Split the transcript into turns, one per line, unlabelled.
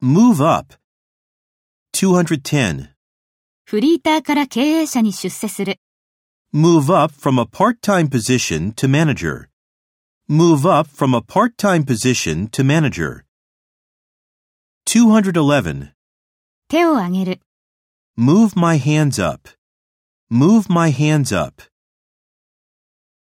Move up. 210.
フリーターから経営者に出世する。
Move up from a part time position to manager. Move up from a part time position to manager. 211.
手を挙げる。
Move my hands up. Move my hands up.